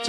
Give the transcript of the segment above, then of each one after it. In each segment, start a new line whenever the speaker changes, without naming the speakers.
It's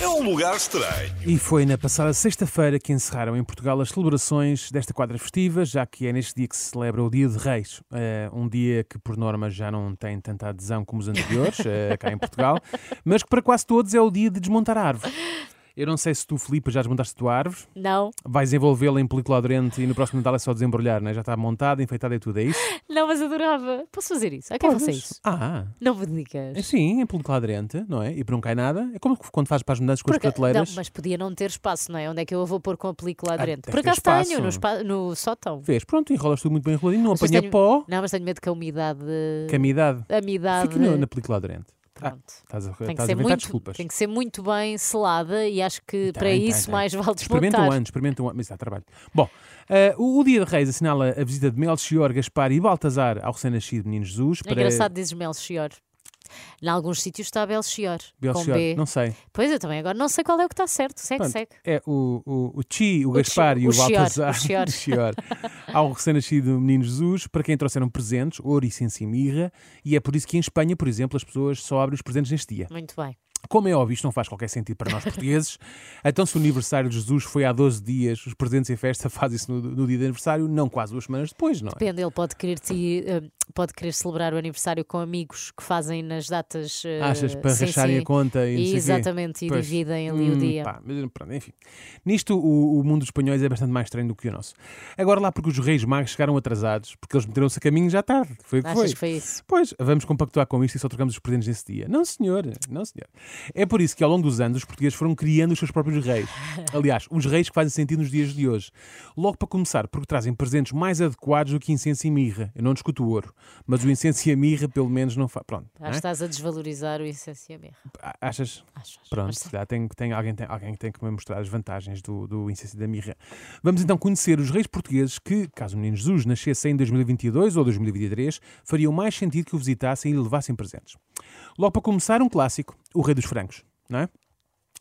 é um lugar estranho.
E foi na passada sexta-feira que encerraram em Portugal as celebrações desta quadra festiva, já que é neste dia que se celebra o Dia de Reis, Eh, um dia que por norma já não tem tanta adesão como os anteriores, eh, cá em Portugal, mas que para quase todos é o dia de desmontar a árvore. Eu não sei se tu, Filipe, já desmontaste a tua árvore,
Não,
vais envolvê-la em película aderente e no próximo Natal é só desembrulhar, né? já está montada, enfeitada e tudo, é isso?
não, mas adorava. Posso fazer isso? É Ok, vou fazer isso.
Ah,
Não me digas.
é sim, em película aderente, não é? E por não cai nada. É como quando fazes para as mudanças com
Porque-
as prateleiras. Ah,
não, mas podia não ter espaço, não é? Onde é que eu a vou pôr com a película aderente?
deve
Por
ter
acaso tenho,
espaço.
no, espa- no sótão.
Vês, pronto, enrolas tudo muito bem enroladinho, não
Mas
apanha
tenho-
pó,
Não, mas tenho medo que a umidade.
camidade.
A umidade.
Fica na, na película aderente. Ah,
Pronto.
estás a,
Tem que,
estás a
ser
inventar
muito,
desculpas.
tem que ser muito bem selada e acho que para
tem,
isso
tem.
mais vale
Experimenta um
desmontar. É
ano, experimenta um ano, mas dá trabalho. Bom, eh, o, o Dia de Reis assinala a visita de Melchior, Gaspar e Baltazar ao recém-nascido Menino Jesus.
É engraçado dizes Melchior. Em alguns sítios está Belchior. Com
Melchior,
B.
não sei.
Pois eu também agora não sei qual é o que está certo. Segue,
Pronto,
segue.
É o, o, o Chi, o,
O Chi-
Gaspar e
o
o,
Chior,
Baltazar.
o Chior.
Chior. Ao recém-nascido Menino Jesus, para quem trouxeram presentes, ouro, incenso e mirra. E é por isso que em Espanha, por exemplo, as pessoas só abrem os presentes neste dia.
Muito bem.
Como é óbvio, isto não faz qualquer sentido para nós portugueses. Então, se o aniversário de Jesus foi há 12 dias, os presentes e a festa fazem-se no, no dia de aniversário, não quase duas semanas depois, não é?
Depende, ele pode querer, te- eh, pode querer celebrar o aniversário com amigos que fazem nas datas. eh,
Achas para
sim,
racharem
sim.
a conta e não sei o quê?
Exatamente, e
Pois.
dividem ali o
Hum,
dia.
pá, mas, pronto, enfim. Nisto, o, o mundo dos espanhóis é bastante mais estranho do que o nosso. Agora lá, porque os reis magos chegaram atrasados, porque eles meteram-se a caminho já tarde. Foi o que
Achas
foi.
que foi isso?
Pois, vamos compactuar com isto e só trocamos os presentes nesse dia. Não, senhor, não, senhor. É por isso que ao longo dos anos os portugueses foram criando os seus próprios reis. Aliás, uns reis que fazem sentido nos dias de hoje. Logo para começar, porque trazem presentes mais adequados do que incenso e mirra. Eu não discuto o ouro, mas o incenso e a mirra pelo menos não faz. Pronto. não
Acho
é?
que estás a desvalorizar o licenciamento.
A- Achas?
Achas?
Pronto,
Mas-
já tem, tem, alguém, tem, alguém tem que me mostrar as vantagens do, do incenso e da mirra. Vamos então conhecer os reis portugueses que, caso o menino Jesus nascesse em 2022 ou 2023, fariam mais sentido que o visitassem e lhe levassem presentes. Logo para começar, um clássico, o rei dos francos, não é?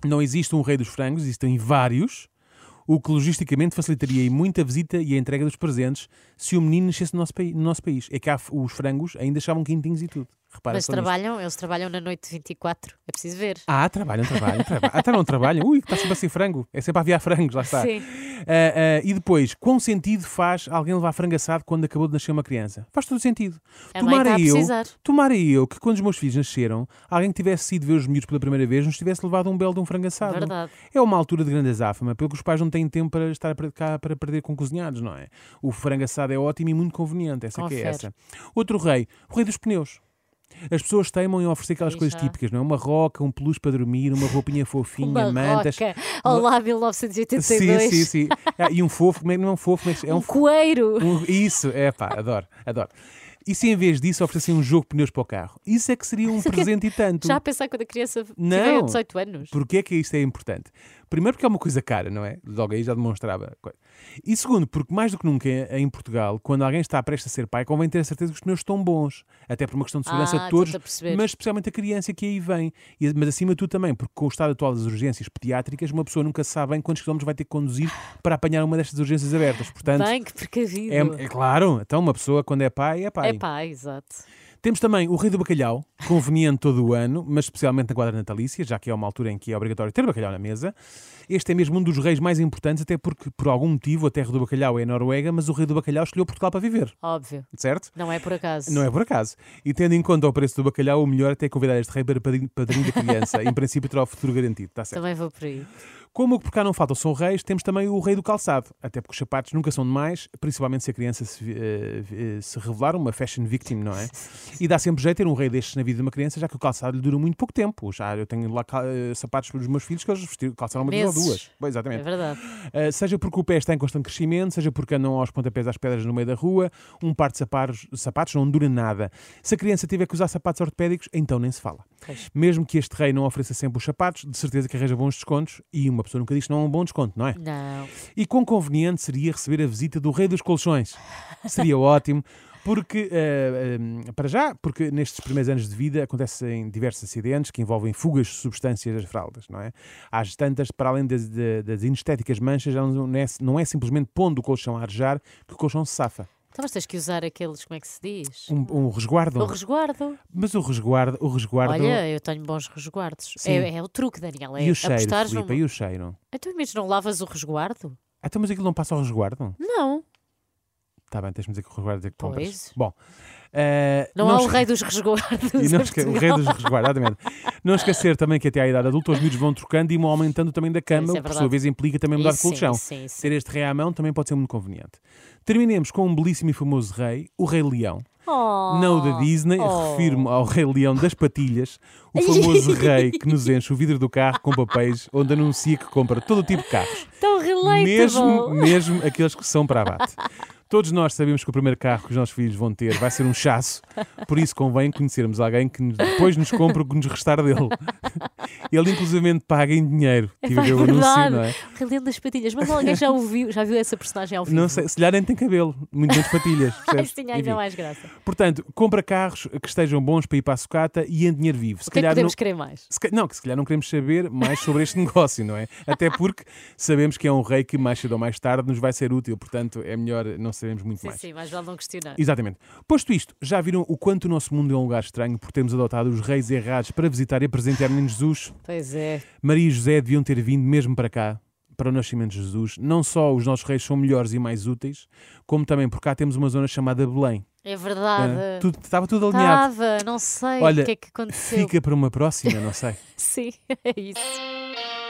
Não existe um rei dos frangos, existem vários, o que logisticamente facilitaria e muito a visita e a entrega dos presentes se o menino nascesse no nosso, paí- no nosso país. É que há, f- os frangos ainda achavam quintinhos e tudo. Repara
Mas
só nisto.
trabalham, eles trabalham na noite de 24, é preciso ver.
Ah, trabalham, trabalham, trabalham. Até não trabalham. Ui, que está sempre a ser frango. É sempre a aviar frangos, lá está.
Sim.
Ah, ah, e depois, quão sentido faz alguém levar frango assado quando acabou de nascer uma criança? Faz todo sentido.
A mãe está a precisar.
tomara eu que quando os meus filhos nasceram, alguém que tivesse ido ver os miúdos pela primeira vez nos tivesse levado um belo de um frango assado.
Verdade.
É uma altura de grande azáfama, pelo que os pais não têm tempo para estar para cá para perder com cozinhados, não é? O frango assado é ótimo e muito conveniente, essa que é
Confere.
essa. Outro rei, o rei dos pneus. As pessoas teimam em oferecer aquelas
Aí
coisas
já.
típicas, não é? Uma roca, um peluche para dormir, uma roupinha fofinha,
Uma
mantas.
roca. Olá,
Sim,
1982.
sim, sim. Ah, E um fofo, como é que não é um fofo? Como é que se- É
Um
um fofo.
coeiro.
Um- Isso, é pá, adoro, adoro. E se em vez disso oferecessem um jogo de pneus para o carro? Isso é que seria um presente e tanto.
Já a pensar quando a criança tiver
Não.
18 anos.
Porquê é que isto é importante? Primeiro, porque é uma coisa cara, não é? Logo aí já demonstrava. coisa. E segundo, porque mais do que nunca em Portugal, quando alguém está prestes a ser pai, convém ter a certeza que os pneus estão bons. Até por uma questão de segurança
Ah,
de todos,
estou-te a perceber.
mas especialmente a criança que aí vem. E- mas acima de tudo também, porque com o estado atual das urgências pediátricas, uma pessoa nunca sabe bem quantos quilómetros vai ter que conduzir para apanhar uma destas urgências abertas. Portanto,
Bem, que precavido.
é, é claro, então uma pessoa quando é pai, é pai.
É pá, exato.
Temos também o Rei do Bacalhau, conveniente todo o ano, mas especialmente na quadra natalícia, já que é uma altura em que é obrigatório ter bacalhau na mesa. Este é mesmo um dos reis mais importantes, até porque, por algum motivo, a terra do bacalhau é a Noruega, mas o Rei do Bacalhau escolheu Portugal para viver,
Óbvio.
certo?
Não é por acaso.
Não é por acaso. E tendo em conta o preço do bacalhau, o melhor é até convidar este rei para padrinho padrinho da criança. em princípio, terá o futuro garantido, está certo?
Também vou por aí.
Como o que por cá não faltam são reis, temos também o rei do calçado. Até porque os sapatos nunca são demais, principalmente se a criança se, eh, eh, se revelar uma fashion victim, não é? E dá sempre jeito ter um rei destes na vida de uma criança, já que o calçado lhe dura muito pouco tempo. Já eu tenho lá cal- eh, sapatos para os meus filhos que eles vestiram, calçaram uma vez ou
Meses.
duas. Pois,
É
exatamente.
verdade.
Uh, seja porque o pé está em constante crescimento, seja porque andam aos pontapés às pedras no meio da rua, um par de sapatos, sapatos não dura nada. Se a criança tiver que usar sapatos ortopédicos, então nem se fala.
Pois.
Mesmo que este rei não ofereça sempre os sapatos, de certeza que arranja bons descontos e uma pessoa nunca diz que não é um bom desconto, não é?
Não.
E quão conveniente seria receber a visita do rei dos colchões? Seria ótimo. Porque, eh, eh, para já, porque nestes primeiros anos de vida acontecem diversos acidentes que envolvem fugas de substâncias das fraldas, não é? Às tantas, para além das, de- das inestéticas manchas, já não é, não é simplesmente pondo o colchão a arejar que o colchão se safa.
Então, mas tens que usar aqueles, como é que se diz?
Um, um resguardo.
O resguardo.
Mas o resguardo, o resguardo
Olha, eu tenho bons resguardos.
Sim.
É, é o truque, Daniel. É
e o cheiro,
apostares
Filipe,
numa-
e o cheiro.
Então, mas não lavas o resguardo?
Ah, então, mas aquilo não passa ao resguardo?
Não.
Está bem, tens-me dizer que o resguardo é dizer que compras.
Pois.
Bom, eh,
Não, há o
esque-
rei dos resguardos.
E
em
não esque- o rei
Portugal.
dos resguardos, exatamente. Não esquecer também que até à idade adulta os miúdos vão trocando e vão aumentando também da cama,
Isso é
o que por
verdade.
sua vez implica também mudar de
Isso sim,
colchão.
sim, sim.
Ter este rei à mão também pode ser muito conveniente. Terminemos com um belíssimo e famoso rei, o Rei Leão.
Oh.
Não o da Disney,
Oh.
refiro-me ao Rei Leão das Patilhas, o famoso rei que nos enche o vidro do carro com papéis onde anuncia que compra todo o tipo de carros
Tão relatable.
mesmo, mesmo aqueles que são para abate. Todos nós sabemos que o primeiro carro que os nossos filhos vão ter vai ser um chasso, por isso convém conhecermos alguém que nos- depois nos compre o que nos restar dele. Ele, inclusive, paga em dinheiro. Tive
Pá,
que
é
eu anúncio,
verdade.
não é?
O Relendo das patilhas. Mas alguém já ouviu, já viu essa personagem ao vivo?
Não sei, se lhe nem tem cabelo, muito menos patilhas. percebes?
Isso tinha ainda
Enfim.
mais graça. O é
Portanto, compra carros que estejam bons para ir para a sucata e em dinheiro vivo. Se
que é que
calhar não-
podemos querer mais?
Se ca- não, que se calhar não queremos saber mais sobre este negócio, não é? Até porque sabemos que é um rei que mais cedo ou mais tarde nos vai ser útil, portanto é melhor não sabermos muito
Sim,
mais.
sim, mas vale não questionar.
Exatamente. Posto isto, já viram o quanto o nosso mundo é um lugar estranho por termos adotado os reis errados para visitar e apresentar menino Jesus?
Pois é.
Maria e José deviam ter vindo mesmo para cá, para o nascimento de Jesus. Não só os nossos reis são melhores e mais úteis, como também por cá temos uma zona chamada Belém.
É
Ah,
verdade.
tudo- estava tudo alinhado.
Estava, não sei
Olha,
o que é que aconteceu.
Fica para uma próxima, não sei.
Sim, é isso.